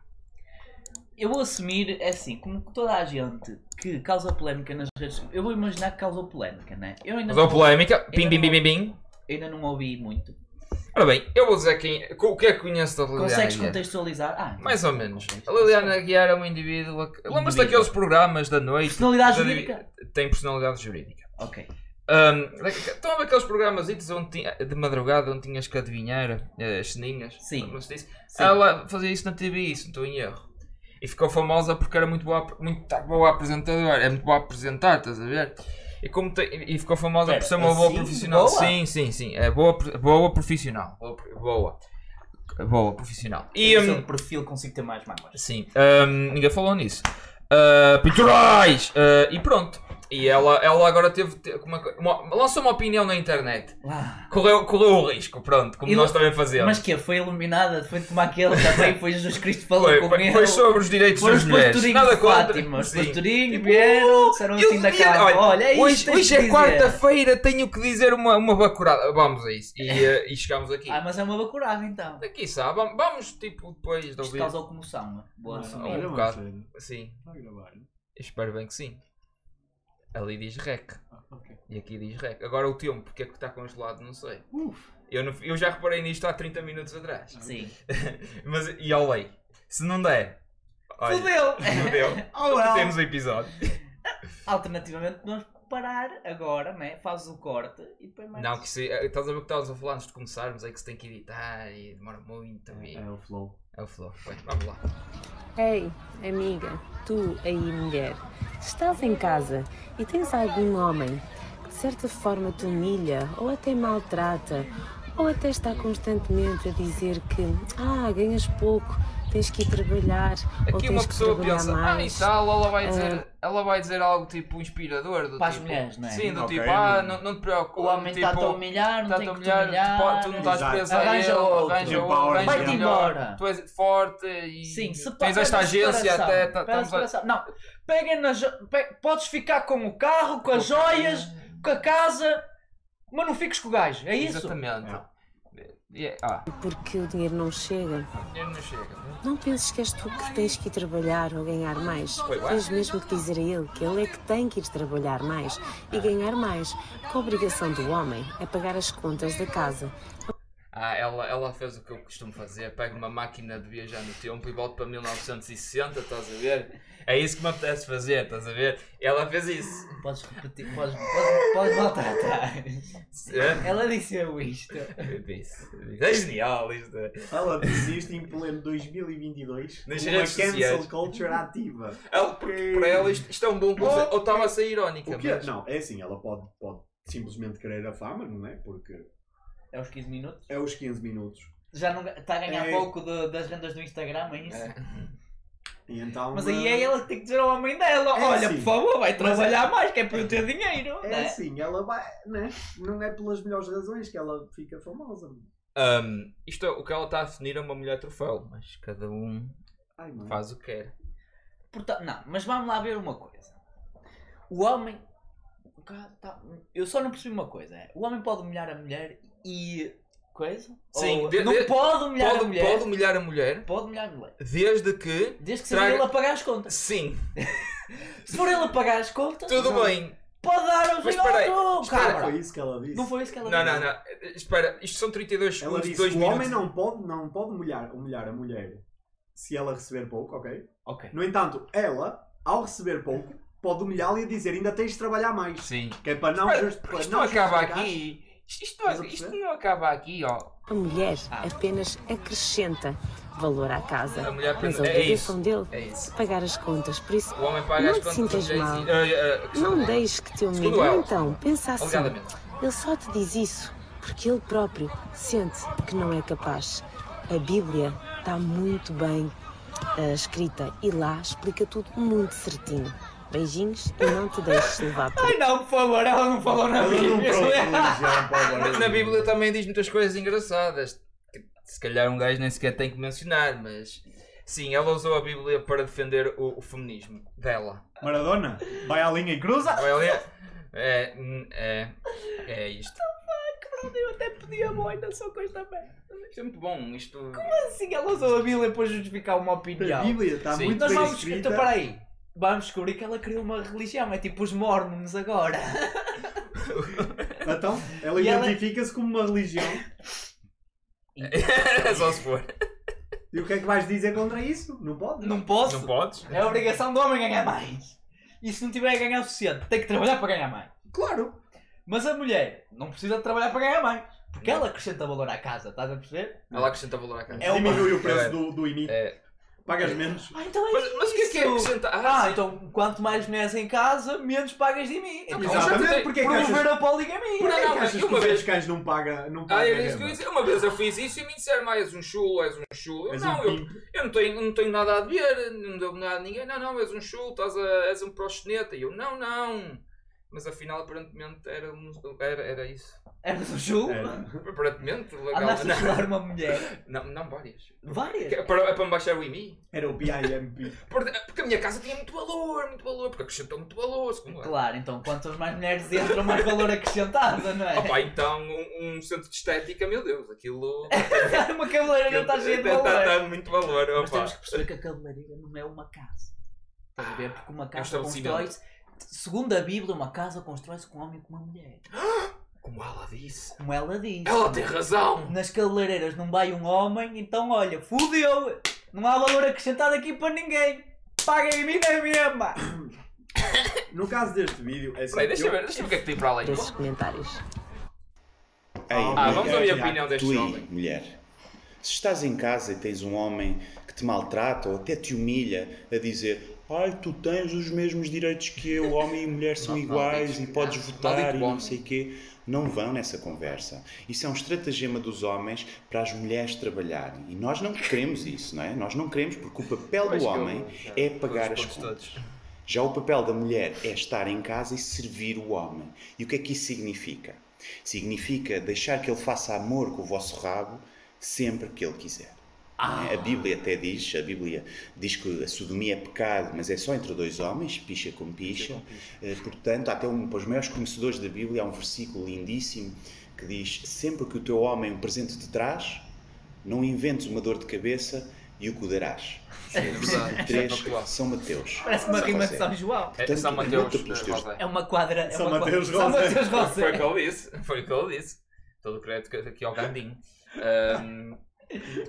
Speaker 3: Eu vou assumir, é assim, como toda a gente que causa polémica nas redes Eu vou imaginar que causou polémica, né? Eu ainda,
Speaker 2: Mas há
Speaker 3: não,
Speaker 2: polémica. Pim, pim, pim, pim, pim.
Speaker 3: ainda não ouvi muito.
Speaker 2: Ora bem, eu vou dizer quem, o que é que conheço da Liliana
Speaker 3: Consegues
Speaker 2: Aguiar.
Speaker 3: contextualizar? Ah, então.
Speaker 2: Mais ou menos. A Liliana Aguiar é um indivíduo... que- Lembras-te
Speaker 3: Indivíduo.
Speaker 2: daqueles programas da noite?
Speaker 3: Personalidade
Speaker 2: da-
Speaker 3: jurídica?
Speaker 2: Tem personalidade jurídica.
Speaker 3: Ok.
Speaker 2: Ahm, Estão a ver aqueles programas onde tinha- de madrugada onde tinhas que adivinhar eh, as ceninhas?
Speaker 3: Sim.
Speaker 2: Não se disse?
Speaker 3: Sim.
Speaker 2: Ela fazia isso na TV, isso, não estou em erro. E ficou famosa porque era muito boa, muito boa apresentadora, é muito boa a apresentar, estás a ver? E, como tem- e ficou famosa
Speaker 3: Espera,
Speaker 2: por ser uma boa
Speaker 3: assim?
Speaker 2: profissional.
Speaker 3: Boa?
Speaker 2: Sim, sim, sim. É boa, pro- boa profissional. Boa. pro- Boa, boa profissional. E,
Speaker 3: E o
Speaker 2: hum,
Speaker 3: seu um perfil consigo ter mais mamas.
Speaker 2: Sim, ahm, ninguém falou nisso. Ah, pinturais! Ah, e pronto. E ela, ela agora teve. te- como é que- uma- lançou uma opinião na internet.
Speaker 3: Ah,
Speaker 2: Correu, correu o risco, pronto, como
Speaker 3: E
Speaker 2: nós
Speaker 3: não-
Speaker 2: também fazemos.
Speaker 3: mas que é? Foi iluminada? Foi como aquele também? Foi Jesus Cristo falou
Speaker 2: Foi,
Speaker 3: com
Speaker 2: foi-
Speaker 3: ele?
Speaker 2: foi sobre os direitos
Speaker 3: Foram
Speaker 2: das
Speaker 3: os
Speaker 2: mulheres.
Speaker 3: pastorinhos
Speaker 2: Nada
Speaker 3: de
Speaker 2: contra.
Speaker 3: Fátima. Os
Speaker 2: Sim.
Speaker 3: pastorinhos
Speaker 2: Tipo,
Speaker 3: vieram, disseram
Speaker 2: eu
Speaker 3: assim da
Speaker 2: devia-
Speaker 3: casa. Olha, é isto
Speaker 2: hoje,
Speaker 3: tens de
Speaker 2: hoje é
Speaker 3: dizer.
Speaker 2: quarta-feira, tenho que dizer uma, uma bacurada. Vamos a isso. E, eh, e chegamos aqui.
Speaker 3: Ah, mas é uma bacurada então.
Speaker 2: Aqui sabe, vamos- vamos tipo depois de
Speaker 3: Isto
Speaker 2: ouvir.
Speaker 3: causou comoção. né? Boa
Speaker 2: não.
Speaker 3: assumir.
Speaker 4: Olha,
Speaker 2: bocado.
Speaker 4: mano,
Speaker 2: Sim,
Speaker 4: está a gravar.
Speaker 2: eu espero bem que sim. Ali diz rec.
Speaker 4: Ah, ok.
Speaker 2: E aqui diz rec. Agora o tempo, porque é que está congelado, não sei.
Speaker 4: Uf.
Speaker 2: Eu, não- eu já reparei nisto há 30 minutos atrás.
Speaker 3: Sim.
Speaker 2: Mas, e ao lei. Se não der. olha,
Speaker 3: Fudeu!
Speaker 2: Fudeu.
Speaker 4: Oh, well.
Speaker 2: Temos o episódio.
Speaker 3: Alternativamente, vamos parar agora, né? Fazes o corte e depois mais.
Speaker 2: Não, que se, eh, estás a ver o que estávamos a falar antes de começarmos, é que se tem que editar e demora muito. E...
Speaker 4: É o flow.
Speaker 2: É o flow. Bem, vamos lá.
Speaker 5: Ei, amiga, tu aí, mulher, estás em casa e tens algum homem que de certa forma te humilha ou até maltrata ou até está constantemente a dizer que ah, ganhas pouco, tens que ir trabalhar, ou
Speaker 2: Aqui
Speaker 5: tens
Speaker 2: uma
Speaker 5: que
Speaker 2: pessoa
Speaker 5: trabalhar
Speaker 2: pensa, ah, e
Speaker 5: mais.
Speaker 2: tal, ela vai
Speaker 5: Ah.
Speaker 2: dizer, ela vai dizer algo tipo inspirador. Do
Speaker 3: É. Para as
Speaker 2: tipo,
Speaker 3: mulheres, não é?
Speaker 2: Sim, do
Speaker 4: Ok,
Speaker 2: tipo, ah, não, não te preocupes.
Speaker 3: O homem
Speaker 2: tipo,
Speaker 3: está-te a humilhar, não
Speaker 2: está-te
Speaker 3: tem
Speaker 2: a
Speaker 3: que te
Speaker 2: humilhar, tu po-
Speaker 3: humilhar.
Speaker 2: tu não estás
Speaker 4: Exato.
Speaker 2: preso a
Speaker 3: Arranja
Speaker 2: ele,
Speaker 3: outro.
Speaker 2: arranja
Speaker 4: Empower
Speaker 2: outro, arranja
Speaker 3: Vai-te
Speaker 2: melhor.
Speaker 3: embora.
Speaker 2: Tu és forte e
Speaker 3: Sim, se
Speaker 2: tens
Speaker 3: pega
Speaker 2: esta
Speaker 3: na
Speaker 2: agência
Speaker 3: separação,
Speaker 2: até.
Speaker 3: pega
Speaker 2: tá-
Speaker 3: na
Speaker 2: estamos a-
Speaker 3: separação. Não, peguem nas. jo- pe- Podes ficar com o carro, com as joias, com a casa, mas não fiques com o gajo. É isso?
Speaker 2: Exatamente.
Speaker 4: Não. É.
Speaker 2: Yeah, ah,
Speaker 5: Porque o dinheiro não chega.
Speaker 2: dinheiro não chega.
Speaker 5: Não penses que és tu que tens que ir trabalhar ou ganhar mais.
Speaker 2: Oi, ué?
Speaker 5: Tens mesmo que dizer a ele que ele é que tem que ir trabalhar mais e ganhar mais, porque a obrigação do homem é pagar as contas da casa.
Speaker 2: Ah, ela, ela fez o que eu costumo fazer, pego uma máquina de viajar no tempo e volto para 1960, estás a ver? É isso que me apetece fazer, estás a ver? Ela fez isso.
Speaker 3: Podes repetir, podes, podes, podes voltar atrás.
Speaker 2: É?
Speaker 3: Ela disse-eu isto.
Speaker 2: Eu disse. É genial isto.
Speaker 4: Ela disse isto em pleno 2022
Speaker 2: Nas
Speaker 4: com uma
Speaker 2: redes sociais.
Speaker 4: cancel culture ativa.
Speaker 2: Ela, porque para ela isto, isto é um bom conceito. Ou estava a ser irónica,
Speaker 4: Oh, O que é?
Speaker 2: mas-
Speaker 4: Não, é assim, ela pode, pode simplesmente querer a fama, não é? Porque
Speaker 3: É os 15 minutos.
Speaker 4: é os 15 minutos.
Speaker 3: Já não está a ganhar
Speaker 4: É.
Speaker 3: pouco de- das rendas do Instagram, é isso?
Speaker 4: E então,
Speaker 3: Mas
Speaker 4: eh,
Speaker 3: aí é ela que tem que dizer ao homem dela:
Speaker 4: É
Speaker 3: olha,
Speaker 4: assim.
Speaker 3: por favor, vai trabalhar mais, que é para eu ter dinheiro.
Speaker 4: É
Speaker 3: né?
Speaker 4: assim, ela vai, né? não é pelas melhores razões que ela fica famosa.
Speaker 2: Ahm, isto é, o que ela está a definir é uma mulher troféu, mas cada um
Speaker 4: Ai, mano.
Speaker 2: faz o que quer.
Speaker 3: Porta- não, mas vamos lá ver uma coisa. O homem. Cá tá- Eu só não percebi uma coisa. é, O homem pode humilhar a mulher e. Coisa?
Speaker 2: Sim,
Speaker 3: Ou-
Speaker 2: de-
Speaker 3: não
Speaker 2: de-
Speaker 3: pode humilhar
Speaker 2: Pode,
Speaker 3: a mulher.
Speaker 2: pode humilhar a mulher
Speaker 3: Pode humilhar a mulher.
Speaker 2: desde que.
Speaker 3: Desde que seja
Speaker 2: Traga-
Speaker 3: ele a pagar as contas.
Speaker 2: Sim,
Speaker 3: Se for ele a pagar as contas.
Speaker 2: tudo
Speaker 3: não.
Speaker 2: bem.
Speaker 3: Pode dar ao
Speaker 2: Mas
Speaker 3: senhor,
Speaker 2: espera aí,
Speaker 3: tu,
Speaker 2: espera aí.
Speaker 3: cabra.
Speaker 4: Foi isso que ela disse.
Speaker 3: Não é. foi isso que ela
Speaker 2: Não, não,
Speaker 3: disse.
Speaker 2: não. Espera, isto são 32
Speaker 4: Ela
Speaker 2: segundos,
Speaker 4: disse
Speaker 2: dois
Speaker 4: o
Speaker 2: minutos.
Speaker 4: homem não pode, não pode humilhar, humilhar a mulher se ela receber pouco, ok?
Speaker 3: Ok.
Speaker 4: No entanto, ela, ao receber pouco, pode humilhá-la e dizer ainda tens de trabalhar mais.
Speaker 2: Sim.
Speaker 4: Que é para não,
Speaker 2: Espera,
Speaker 4: justi- para
Speaker 2: Isto não acaba
Speaker 4: justificar-
Speaker 2: aqui. Isto, isto não-
Speaker 4: Estás a
Speaker 2: isto
Speaker 4: perceber?
Speaker 2: não acaba aqui, ó.
Speaker 5: A mulher
Speaker 3: Ah.
Speaker 5: apenas acrescenta valor à casa,
Speaker 2: A mulher
Speaker 5: mas a
Speaker 2: pensa. É
Speaker 5: obrigação
Speaker 2: isso.
Speaker 5: dele
Speaker 2: É isso.
Speaker 5: é pagar as contas. Por isso,
Speaker 2: O homem paga
Speaker 5: Não
Speaker 2: as
Speaker 5: te
Speaker 2: contas.
Speaker 5: sintas
Speaker 2: a mulher
Speaker 5: mal.
Speaker 2: diz- ah, ah, ah,
Speaker 5: não deixes que te humilhe.
Speaker 2: Segundo ela.
Speaker 5: Ou Então, pensa assim.
Speaker 2: Alegadamente.
Speaker 5: Ele só te diz isso porque ele próprio sente que não é capaz. A Bíblia está muito bem ah, escrita e lá explica tudo muito certinho. Beijinhos e não te deixes levar por
Speaker 3: Ai não, por favor, ela não falou na
Speaker 4: Ela não um
Speaker 3: Bíblia.
Speaker 4: trouxe religião para o
Speaker 2: Mas É na Bíblia também diz muitas coisas engraçadas. que se calhar um gajo nem sequer tem que mencionar, mas. Sim, ela usou a Bíblia para defender o, o feminismo dela.
Speaker 4: Maradona, vai à linha e cruza.
Speaker 2: Vai ler? É, hum, é, é isto.
Speaker 3: Eu até pedi a moita só com esta merda.
Speaker 2: Isto é muito bom. Isto.
Speaker 3: Assim, ela usou a Bíblia para justificar uma
Speaker 4: A
Speaker 3: opinião.
Speaker 4: Bíblia está
Speaker 2: Sim.
Speaker 4: muito
Speaker 3: Nós
Speaker 4: bem
Speaker 3: vamos descobrir.
Speaker 4: escrita.
Speaker 3: Então, peraí. Vamos descobrir que ela criou uma religião. É tipo os mormons agora.
Speaker 4: Então, ela
Speaker 3: E ela-
Speaker 2: é-
Speaker 4: identifica-se como uma religião.
Speaker 2: É Só se for.
Speaker 4: E o que é que vais dizer contra isso? Não pode.
Speaker 3: Não posso.
Speaker 2: Não podes?
Speaker 3: É a obrigação do homem ganhar mais. E se não tiver a ganhar o suficiente, tem que trabalhar para ganhar mais.
Speaker 4: Claro.
Speaker 3: Mas a mulher não precisa de trabalhar para ganhar mais. Porque ela acrescenta valor à casa, estás a perceber?
Speaker 2: Ela acrescenta valor à casa.
Speaker 3: É uma-
Speaker 4: Diminui o
Speaker 2: É.
Speaker 4: preço do, do IMI.
Speaker 2: É.
Speaker 4: Pagas menos.
Speaker 3: Ah, então é
Speaker 2: Mas, mas o que é que é
Speaker 3: isso.
Speaker 2: acrescentar? Ah,
Speaker 3: Ah, então quanto mais mulheres em casa, menos pagas de mim. Então,
Speaker 2: Exato. já tentei-
Speaker 4: Exatamente. Porque é que achas,
Speaker 3: Promover a poligamia.
Speaker 2: Por aí,
Speaker 4: porque é
Speaker 2: não,
Speaker 4: que,
Speaker 2: mas
Speaker 4: achas
Speaker 2: uma
Speaker 4: que os
Speaker 2: vez-
Speaker 4: vez... cães não pagam não paga
Speaker 2: Ah, era isso que eu ia
Speaker 4: renda?
Speaker 2: dizer. Uma vez eu fiz isso e me disseram, ah, és um chulo, és um chulo. Eu,
Speaker 4: És um
Speaker 2: não, eu,
Speaker 4: pimpo.
Speaker 2: eu não, tenho, não tenho nada a dever, não devo nada a ninguém. Não, não, és um chulo, estás a, és um proxeneta. E eu, não, não. Mas afinal, aparentemente, era, um- era, era isso.
Speaker 3: Eras um chulo?
Speaker 2: É.
Speaker 4: Era.
Speaker 2: Aparentemente, legal. é
Speaker 3: Andaste assim? a chular uma mulher.
Speaker 2: Não, não, não várias. Que
Speaker 3: Várias.
Speaker 2: é Para, é para me baixar o IMI.
Speaker 4: Era o PIMP.
Speaker 2: Porque, porque a minha casa tinha muito valor, muito valor, porque acrescentou muito valor, segundo ela.
Speaker 3: Claro, então quantas mais mulheres entram, mais valor acrescentado, não é?
Speaker 2: Opa, então, um, um centro de estética, meu Deus, aquilo...
Speaker 3: uma cabeleireira está cheia de
Speaker 2: Tá- tá-
Speaker 3: valor.
Speaker 2: tá muito valor,
Speaker 3: Mas
Speaker 2: opa.
Speaker 3: temos que perceber que a cabeleireira não é uma casa. Estás a ver? Porque uma casa
Speaker 2: estabelecimento.
Speaker 3: constrói-se. Segundo a Bíblia, uma casa constrói-se com um homem e com uma mulher.
Speaker 2: Como ela disse.
Speaker 3: Como ela diz.
Speaker 2: Ela tem razão.
Speaker 3: Nas cabeleireiras não vai um homem, então olha, fudeu! Não há valor acrescentado aqui para ninguém. Paga em mim na mesma!
Speaker 4: No caso deste vídeo, é assim,
Speaker 2: Peraí, deixa eu
Speaker 4: eu-
Speaker 2: ver, deixa eu ver o que é que tem para além.
Speaker 5: esses comentários.
Speaker 6: Ei,
Speaker 2: Ah,
Speaker 6: mulher,
Speaker 2: vamos ouvir a
Speaker 4: é,
Speaker 2: opinião deste
Speaker 6: tu e
Speaker 2: homem.
Speaker 6: mulher. Se estás em casa e tens um homem que te maltrata ou até te humilha a dizer
Speaker 7: Ai, tu tens os mesmos direitos que eu, homem e mulher são
Speaker 6: Não, não,
Speaker 7: iguais
Speaker 6: não,
Speaker 7: e podes
Speaker 6: não,
Speaker 7: votar
Speaker 6: não,
Speaker 7: e
Speaker 6: não,
Speaker 7: não sei quê. Não vão nessa conversa. Isso é um estratagema dos homens para as mulheres trabalharem. E nós não queremos isso, não é? Nós não queremos porque o papel
Speaker 6: Pois
Speaker 7: do
Speaker 6: que eu-
Speaker 7: homem é pagar as
Speaker 6: Todos, todos,
Speaker 7: contas.
Speaker 6: todos.
Speaker 7: Já o papel da mulher é estar em casa e servir o homem. E o que é que isso significa? Significa deixar que ele faça amor com o vosso rabo sempre que ele quiser.
Speaker 3: Ah,
Speaker 7: Não é? A Bíblia até diz, a Bíblia diz que a sodomia é pecado, mas é só entre dois homens, picha com picha. Eh, Portanto, há até um, para os maiores conhecedores da Bíblia, há um versículo lindíssimo que diz: Sempre que o teu homem um presente te traz, não inventes uma dor de cabeça e o cuidarás. É o versículo
Speaker 6: verdade,
Speaker 7: 3,
Speaker 6: isso é popular.
Speaker 7: São Mateus.
Speaker 3: Parece uma
Speaker 7: Só
Speaker 3: rima de
Speaker 7: consegue.
Speaker 3: São João.
Speaker 7: Portanto,
Speaker 6: É São Mateus.
Speaker 7: luta pelos teus-
Speaker 6: Rosa.
Speaker 3: É uma quadra. É
Speaker 4: São
Speaker 3: uma
Speaker 4: Mateus
Speaker 3: quadra. São
Speaker 4: Rosa.
Speaker 3: Mateus
Speaker 2: eh, Foi É o que
Speaker 3: Rosa.
Speaker 2: ele disse. Foi o que ele disse. Todo o crédito que- aqui ao Gandinho. Ahm,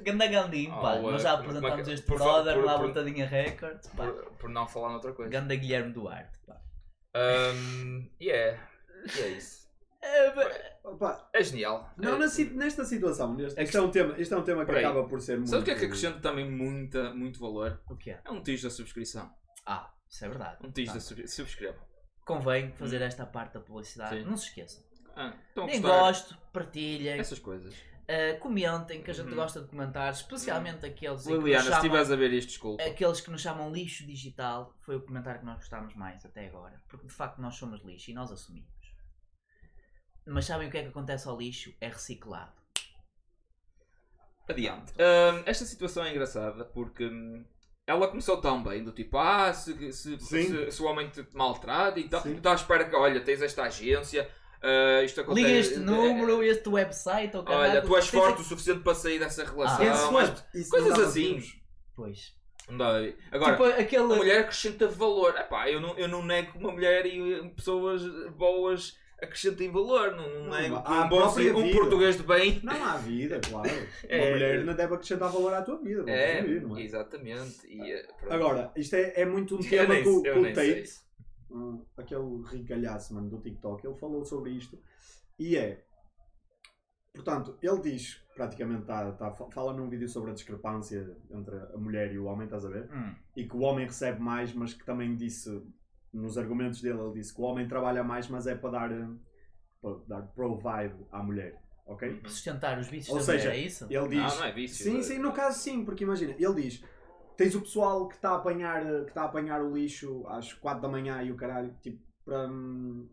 Speaker 3: Ganda Gandim,
Speaker 2: Oh,
Speaker 3: pá. Nós já
Speaker 2: eh,
Speaker 3: apresentámos
Speaker 2: por-
Speaker 3: este
Speaker 2: por-
Speaker 3: brother
Speaker 2: por-
Speaker 3: lá,
Speaker 2: por-
Speaker 3: Botadinha Record. Pá.
Speaker 2: por, por não falar noutra coisa.
Speaker 3: Ganda Guilherme Duarte, pá.
Speaker 2: Ahm, e é. E é isso.
Speaker 3: É, mas-
Speaker 4: Opa,
Speaker 2: É genial.
Speaker 4: não,
Speaker 2: é,
Speaker 4: na si- nesta situação, neste,
Speaker 2: É
Speaker 4: este, é um tema, este é um tema que
Speaker 2: Peraí.
Speaker 4: acaba por ser muito.
Speaker 2: Sabe o que é que acrescenta também muita, muito valor?
Speaker 3: O que é?
Speaker 2: É um tijo da subscrição.
Speaker 3: Ah, isso é verdade.
Speaker 2: Um tijo
Speaker 3: Tá.
Speaker 2: da subscrição. Subscreva.
Speaker 3: Convém fazer esta parte da publicidade.
Speaker 2: Sim.
Speaker 3: Não se esqueçam.
Speaker 2: Ah, estão a
Speaker 3: Nem
Speaker 2: gostar. É
Speaker 3: gosto, partilhem,
Speaker 2: Essas coisas.
Speaker 3: eh, comentem, que a gente
Speaker 2: Uhum.
Speaker 3: gosta de comentar, especialmente aqueles, em que nos
Speaker 2: Hum. Liliana, se
Speaker 3: chamam,
Speaker 2: estiveres a ver isto, desculpa.
Speaker 3: aqueles que nos chamam lixo digital. Foi o comentário que nós gostámos mais até agora. Porque de facto nós somos lixo e nós assumimos. Mas sabem o que é que acontece ao lixo? É reciclado.
Speaker 2: Adiante. Ahm, esta situação é engraçada porque hum, ela começou tão bem, do tipo, ah, se, se,
Speaker 4: Sim.
Speaker 2: se- se o homem te maltrata e tal,
Speaker 4: Sim.
Speaker 2: tu estás à espera que, olha, tens esta agência, ah, isto acontece.
Speaker 3: Liga este
Speaker 2: eh,
Speaker 3: número, este website, ou
Speaker 2: eh, Olha,
Speaker 3: caralho,
Speaker 2: tu és
Speaker 3: tens
Speaker 2: forte o
Speaker 3: aqui-
Speaker 2: suficiente para sair dessa relação.
Speaker 3: Ah,
Speaker 4: Esse
Speaker 2: mas-
Speaker 4: web, um isso
Speaker 2: coisas
Speaker 4: não dava
Speaker 2: assim.
Speaker 4: filmes.
Speaker 3: Pois.
Speaker 2: Não dá a ver. Agora,
Speaker 3: tipo aquele.
Speaker 2: a mulher acrescenta valor. Epá, eu, não, eu não nego que uma mulher e eh, pessoas boas acrescentem valor. Não, não
Speaker 4: Não,
Speaker 2: nego
Speaker 4: há
Speaker 2: que
Speaker 4: a
Speaker 2: um, bom,
Speaker 4: própria
Speaker 2: um
Speaker 4: vida.
Speaker 2: português de bem.
Speaker 4: Não há vida, claro.
Speaker 2: É.
Speaker 4: Uma mulher não deve acrescentar valor à tua vida, vamos
Speaker 2: É,
Speaker 4: assumir, não é?
Speaker 2: exatamente. E, eh, pronto.
Speaker 4: Agora, isto é, é muito um
Speaker 2: eu
Speaker 4: tema
Speaker 2: nem,
Speaker 4: que o
Speaker 2: eu
Speaker 4: que o
Speaker 2: nem sei.
Speaker 4: Tate, hum, aquele rincalhaço mano, do TikTok, ele falou sobre isto e é. Portanto, ele diz, praticamente, tá, tá- fala num vídeo sobre a discrepância entre a mulher e o homem, estás a ver?
Speaker 3: Hum,
Speaker 4: E que o homem recebe mais, mas que também disse, nos argumentos dele, ele disse que o homem trabalha mais, mas é para dar, hum, para dar provide à mulher, ok?
Speaker 3: sustentar os vícios
Speaker 4: Ou
Speaker 3: da
Speaker 4: seja,
Speaker 3: mulher, é isso?
Speaker 4: Ele diz,
Speaker 2: Uhum. Não, não é vício.
Speaker 4: Sim, sim, no caso sim, porque imagina, ele diz: tens o pessoal que está a apanhar, que está a apanhar o lixo às 4 da manhã e o caralho, tipo, para hum,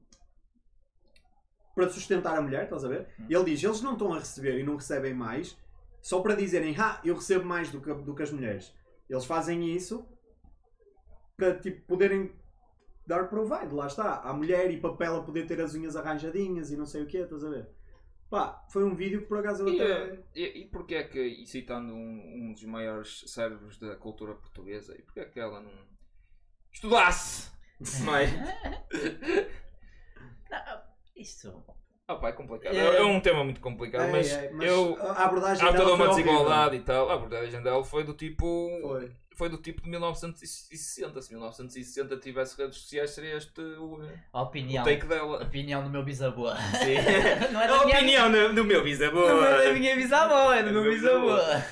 Speaker 4: para sustentar a mulher, estás a ver?
Speaker 2: Hum.
Speaker 4: Ele diz: eles não estão a receber e não recebem mais, só para dizerem: ah, eu recebo mais do que, do que as mulheres. Eles fazem isso para tipo, poderem dar provide, lá está, à mulher e para ela poder ter as unhas arranjadinhas e não sei o que, estás a ver? Pá, foi um vídeo que por acaso eu
Speaker 2: E,
Speaker 4: até.
Speaker 2: eh, e, e porquê é que, e citando um, um dos maiores cérebros da cultura portuguesa, e porquê é que ela não estudasse? Não é?
Speaker 3: Isso.
Speaker 2: Ah, pá, é complicado. É, é um tema muito complicado,
Speaker 4: É,
Speaker 2: mas,
Speaker 4: é,
Speaker 2: eu.
Speaker 4: a abordagem
Speaker 2: Há
Speaker 4: dela
Speaker 2: toda
Speaker 4: foi
Speaker 2: uma
Speaker 4: horrível.
Speaker 2: desigualdade e tal. Ah, A abordagem dela foi do tipo.
Speaker 4: Foi.
Speaker 2: Foi do tipo de 1960. Se 1960 tivesse redes sociais, seria este o, o
Speaker 3: A opinião.
Speaker 2: take
Speaker 3: A
Speaker 2: dela.
Speaker 3: opinião do meu bisavô.
Speaker 2: Sim.
Speaker 3: Não é
Speaker 2: A
Speaker 3: da minha
Speaker 2: opinião do, do meu bisavô.
Speaker 3: Não é da minha bisavó, é do meu bisavô.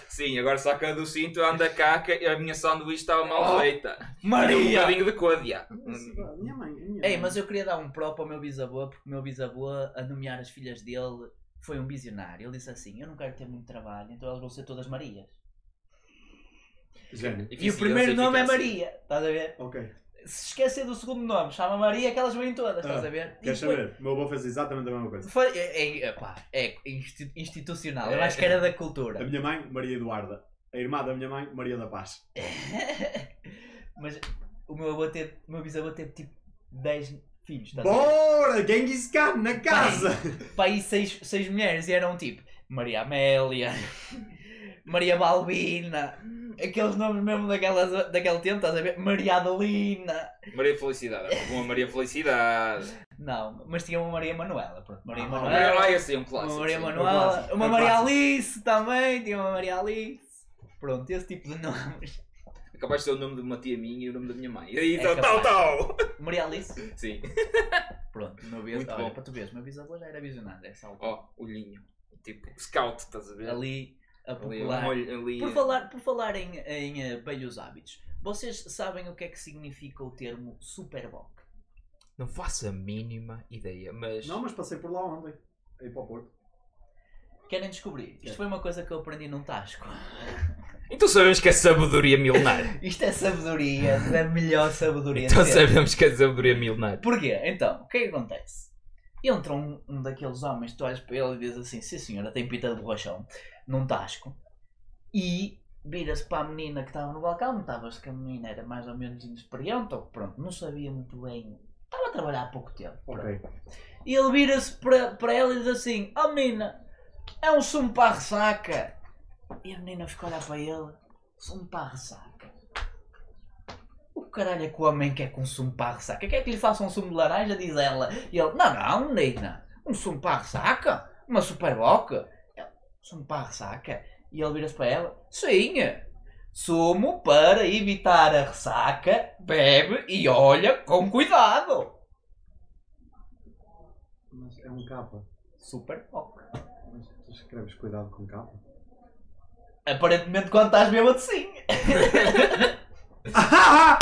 Speaker 2: Sim, agora saca do cinto, anda cá, que a minha sanduíche estava mal
Speaker 3: Oh.
Speaker 2: feita. Era um
Speaker 3: Maria!
Speaker 2: bocadinho de códia.
Speaker 4: Minha mãe, minha mãe.
Speaker 3: Ei, mas eu queria dar um prop ao meu bisavô, porque o meu bisavô, a nomear as filhas dele, foi um visionário. Ele disse assim: Eu não quero ter muito trabalho, então elas vão ser todas Marias.
Speaker 4: Gênio.
Speaker 3: E o primeiro nome é Maria, estás a ver?
Speaker 4: Ok,
Speaker 3: Se esquecer do segundo nome, chama Maria, que elas vêm todas,
Speaker 2: Ah,
Speaker 3: estás a ver? Tipo, E
Speaker 4: queres
Speaker 3: foi-
Speaker 4: saber? O meu avô fez exatamente a mesma coisa.
Speaker 3: foi- é, é, epá, é insti- institucional, eu acho que era da cultura.
Speaker 4: A minha mãe, Maria Eduarda. A irmã da minha mãe, Maria da Paz.
Speaker 3: Mas o meu avô teve, o meu bisavô teve tipo 10 filhos, estás a ver?
Speaker 4: Bora! Genghis Khan na casa!
Speaker 3: Pai, seis, seis mulheres e eram tipo Maria Amélia, Maria Balbina, aqueles nomes mesmo daquelas, daquele tempo, estás a ver? Maria Adelina.
Speaker 2: Maria Felicidade. Era Uma Maria Felicidade.
Speaker 3: Não, mas tinha uma Maria Manuela, pronto, Maria
Speaker 4: Ah,
Speaker 3: Manuela.
Speaker 2: Ah, esse é um
Speaker 3: uma
Speaker 2: clássico.
Speaker 3: Maria
Speaker 2: sim.
Speaker 3: Manuela,
Speaker 4: clássico,
Speaker 3: uma
Speaker 4: é um
Speaker 3: Maria
Speaker 4: clássico.
Speaker 3: Alice também, tinha uma Maria Alice. Pronto, esse tipo de nomes.
Speaker 2: É capaz de ser o nome de uma tia minha e o nome da minha mãe. E aí,
Speaker 3: É
Speaker 2: tal, tal,
Speaker 3: capaz.
Speaker 2: tal.
Speaker 3: Maria Alice.
Speaker 2: Sim.
Speaker 3: Pronto, o meu bis-
Speaker 2: Muito
Speaker 3: olha,
Speaker 2: bom.
Speaker 3: para tu veres, o meu bisavô já era visionário, essa altura.
Speaker 2: Ó, olhinho. Tipo, scout, estás a ver?
Speaker 3: ali a
Speaker 2: Ali,
Speaker 3: popular.
Speaker 2: um olho, ali.
Speaker 3: Por falar, por falar em, em eh, velhos hábitos, Vocês sabem o que é que significa o termo Superboc?
Speaker 2: Não faço a mínima ideia, mas.
Speaker 4: Não, mas passei por lá ontem. Aí para o Porto.
Speaker 3: Querem descobrir? Isto foi uma coisa que eu aprendi num Tasco.
Speaker 2: Então sabemos que é sabedoria milenar.
Speaker 3: Isto é sabedoria, da melhor sabedoria
Speaker 2: então
Speaker 3: de sempre.
Speaker 2: sabemos que é sabedoria milenar.
Speaker 3: Porquê? Então, o que é que acontece? Entra um, um daqueles homens, tu olhas para ele e dizes assim, sim senhora, tem pita de borrachão, num tasco, e vira-se para a menina que estava no balcão, notava-se que a menina era mais ou menos inexperiente, ou pronto, não sabia muito bem, estava a trabalhar há pouco tempo. pronto.
Speaker 4: Ok.
Speaker 3: E ele vira-se para, para ela e diz assim, oh menina, é um sumo para a ressaca. E a menina fica a olhar para ele, sumo para a ressaca. O caralho é que o homem quer com sumo para a ressaca? Quer que lhe faça um sumo de laranja? Diz ela. E ele, não, não, menina, um sumo para a ressaca? Uma superboca? Ela, Sumo para a ressaca? E ele vira-se para ela, sim, sumo para evitar a ressaca, bebe e olha com cuidado.
Speaker 4: Mas é um capa.
Speaker 3: Superboca.
Speaker 4: Mas tu escreves cuidado com capa.
Speaker 3: Aparentemente quando estás bêbado sim.
Speaker 4: Ah!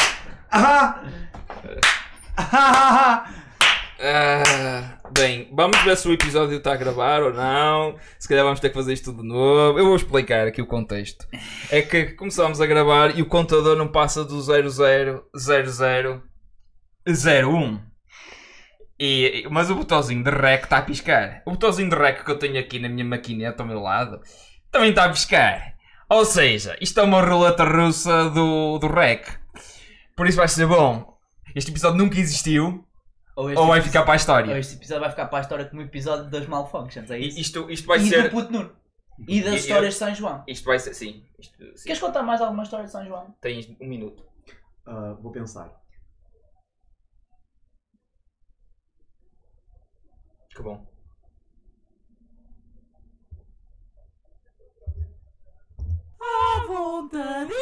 Speaker 4: Ah! Ah!
Speaker 2: Ah, bem, vamos ver se o episódio está a gravar ou não. Se calhar vamos ter que fazer isto de novo. Eu vou explicar aqui o contexto. É que começámos a gravar e o contador não passa do 000001. E, e- mas o botãozinho de rec está a piscar. O botãozinho de rec que eu tenho aqui na minha maquineta ao meu lado também está a piscar. Ou seja, isto é uma roleta russa do, do rec. Por isso vai ser bom. Este episódio nunca existiu
Speaker 3: este
Speaker 2: ou vai
Speaker 3: episódio-
Speaker 2: ficar para a
Speaker 3: ou
Speaker 2: história.
Speaker 3: este episódio vai ficar para a história como o episódio das malfunctions, é isso?
Speaker 2: I- Isto, isto vai
Speaker 3: e do
Speaker 2: ser.
Speaker 3: Puto Nuno. E das
Speaker 2: E-
Speaker 3: histórias de São João.
Speaker 2: Isto vai ser, sim. Isto, sim.
Speaker 3: Queres contar mais alguma história de São João?
Speaker 2: Tens um minuto.
Speaker 4: Ah, vou pensar.
Speaker 2: Que bom.
Speaker 5: vontade.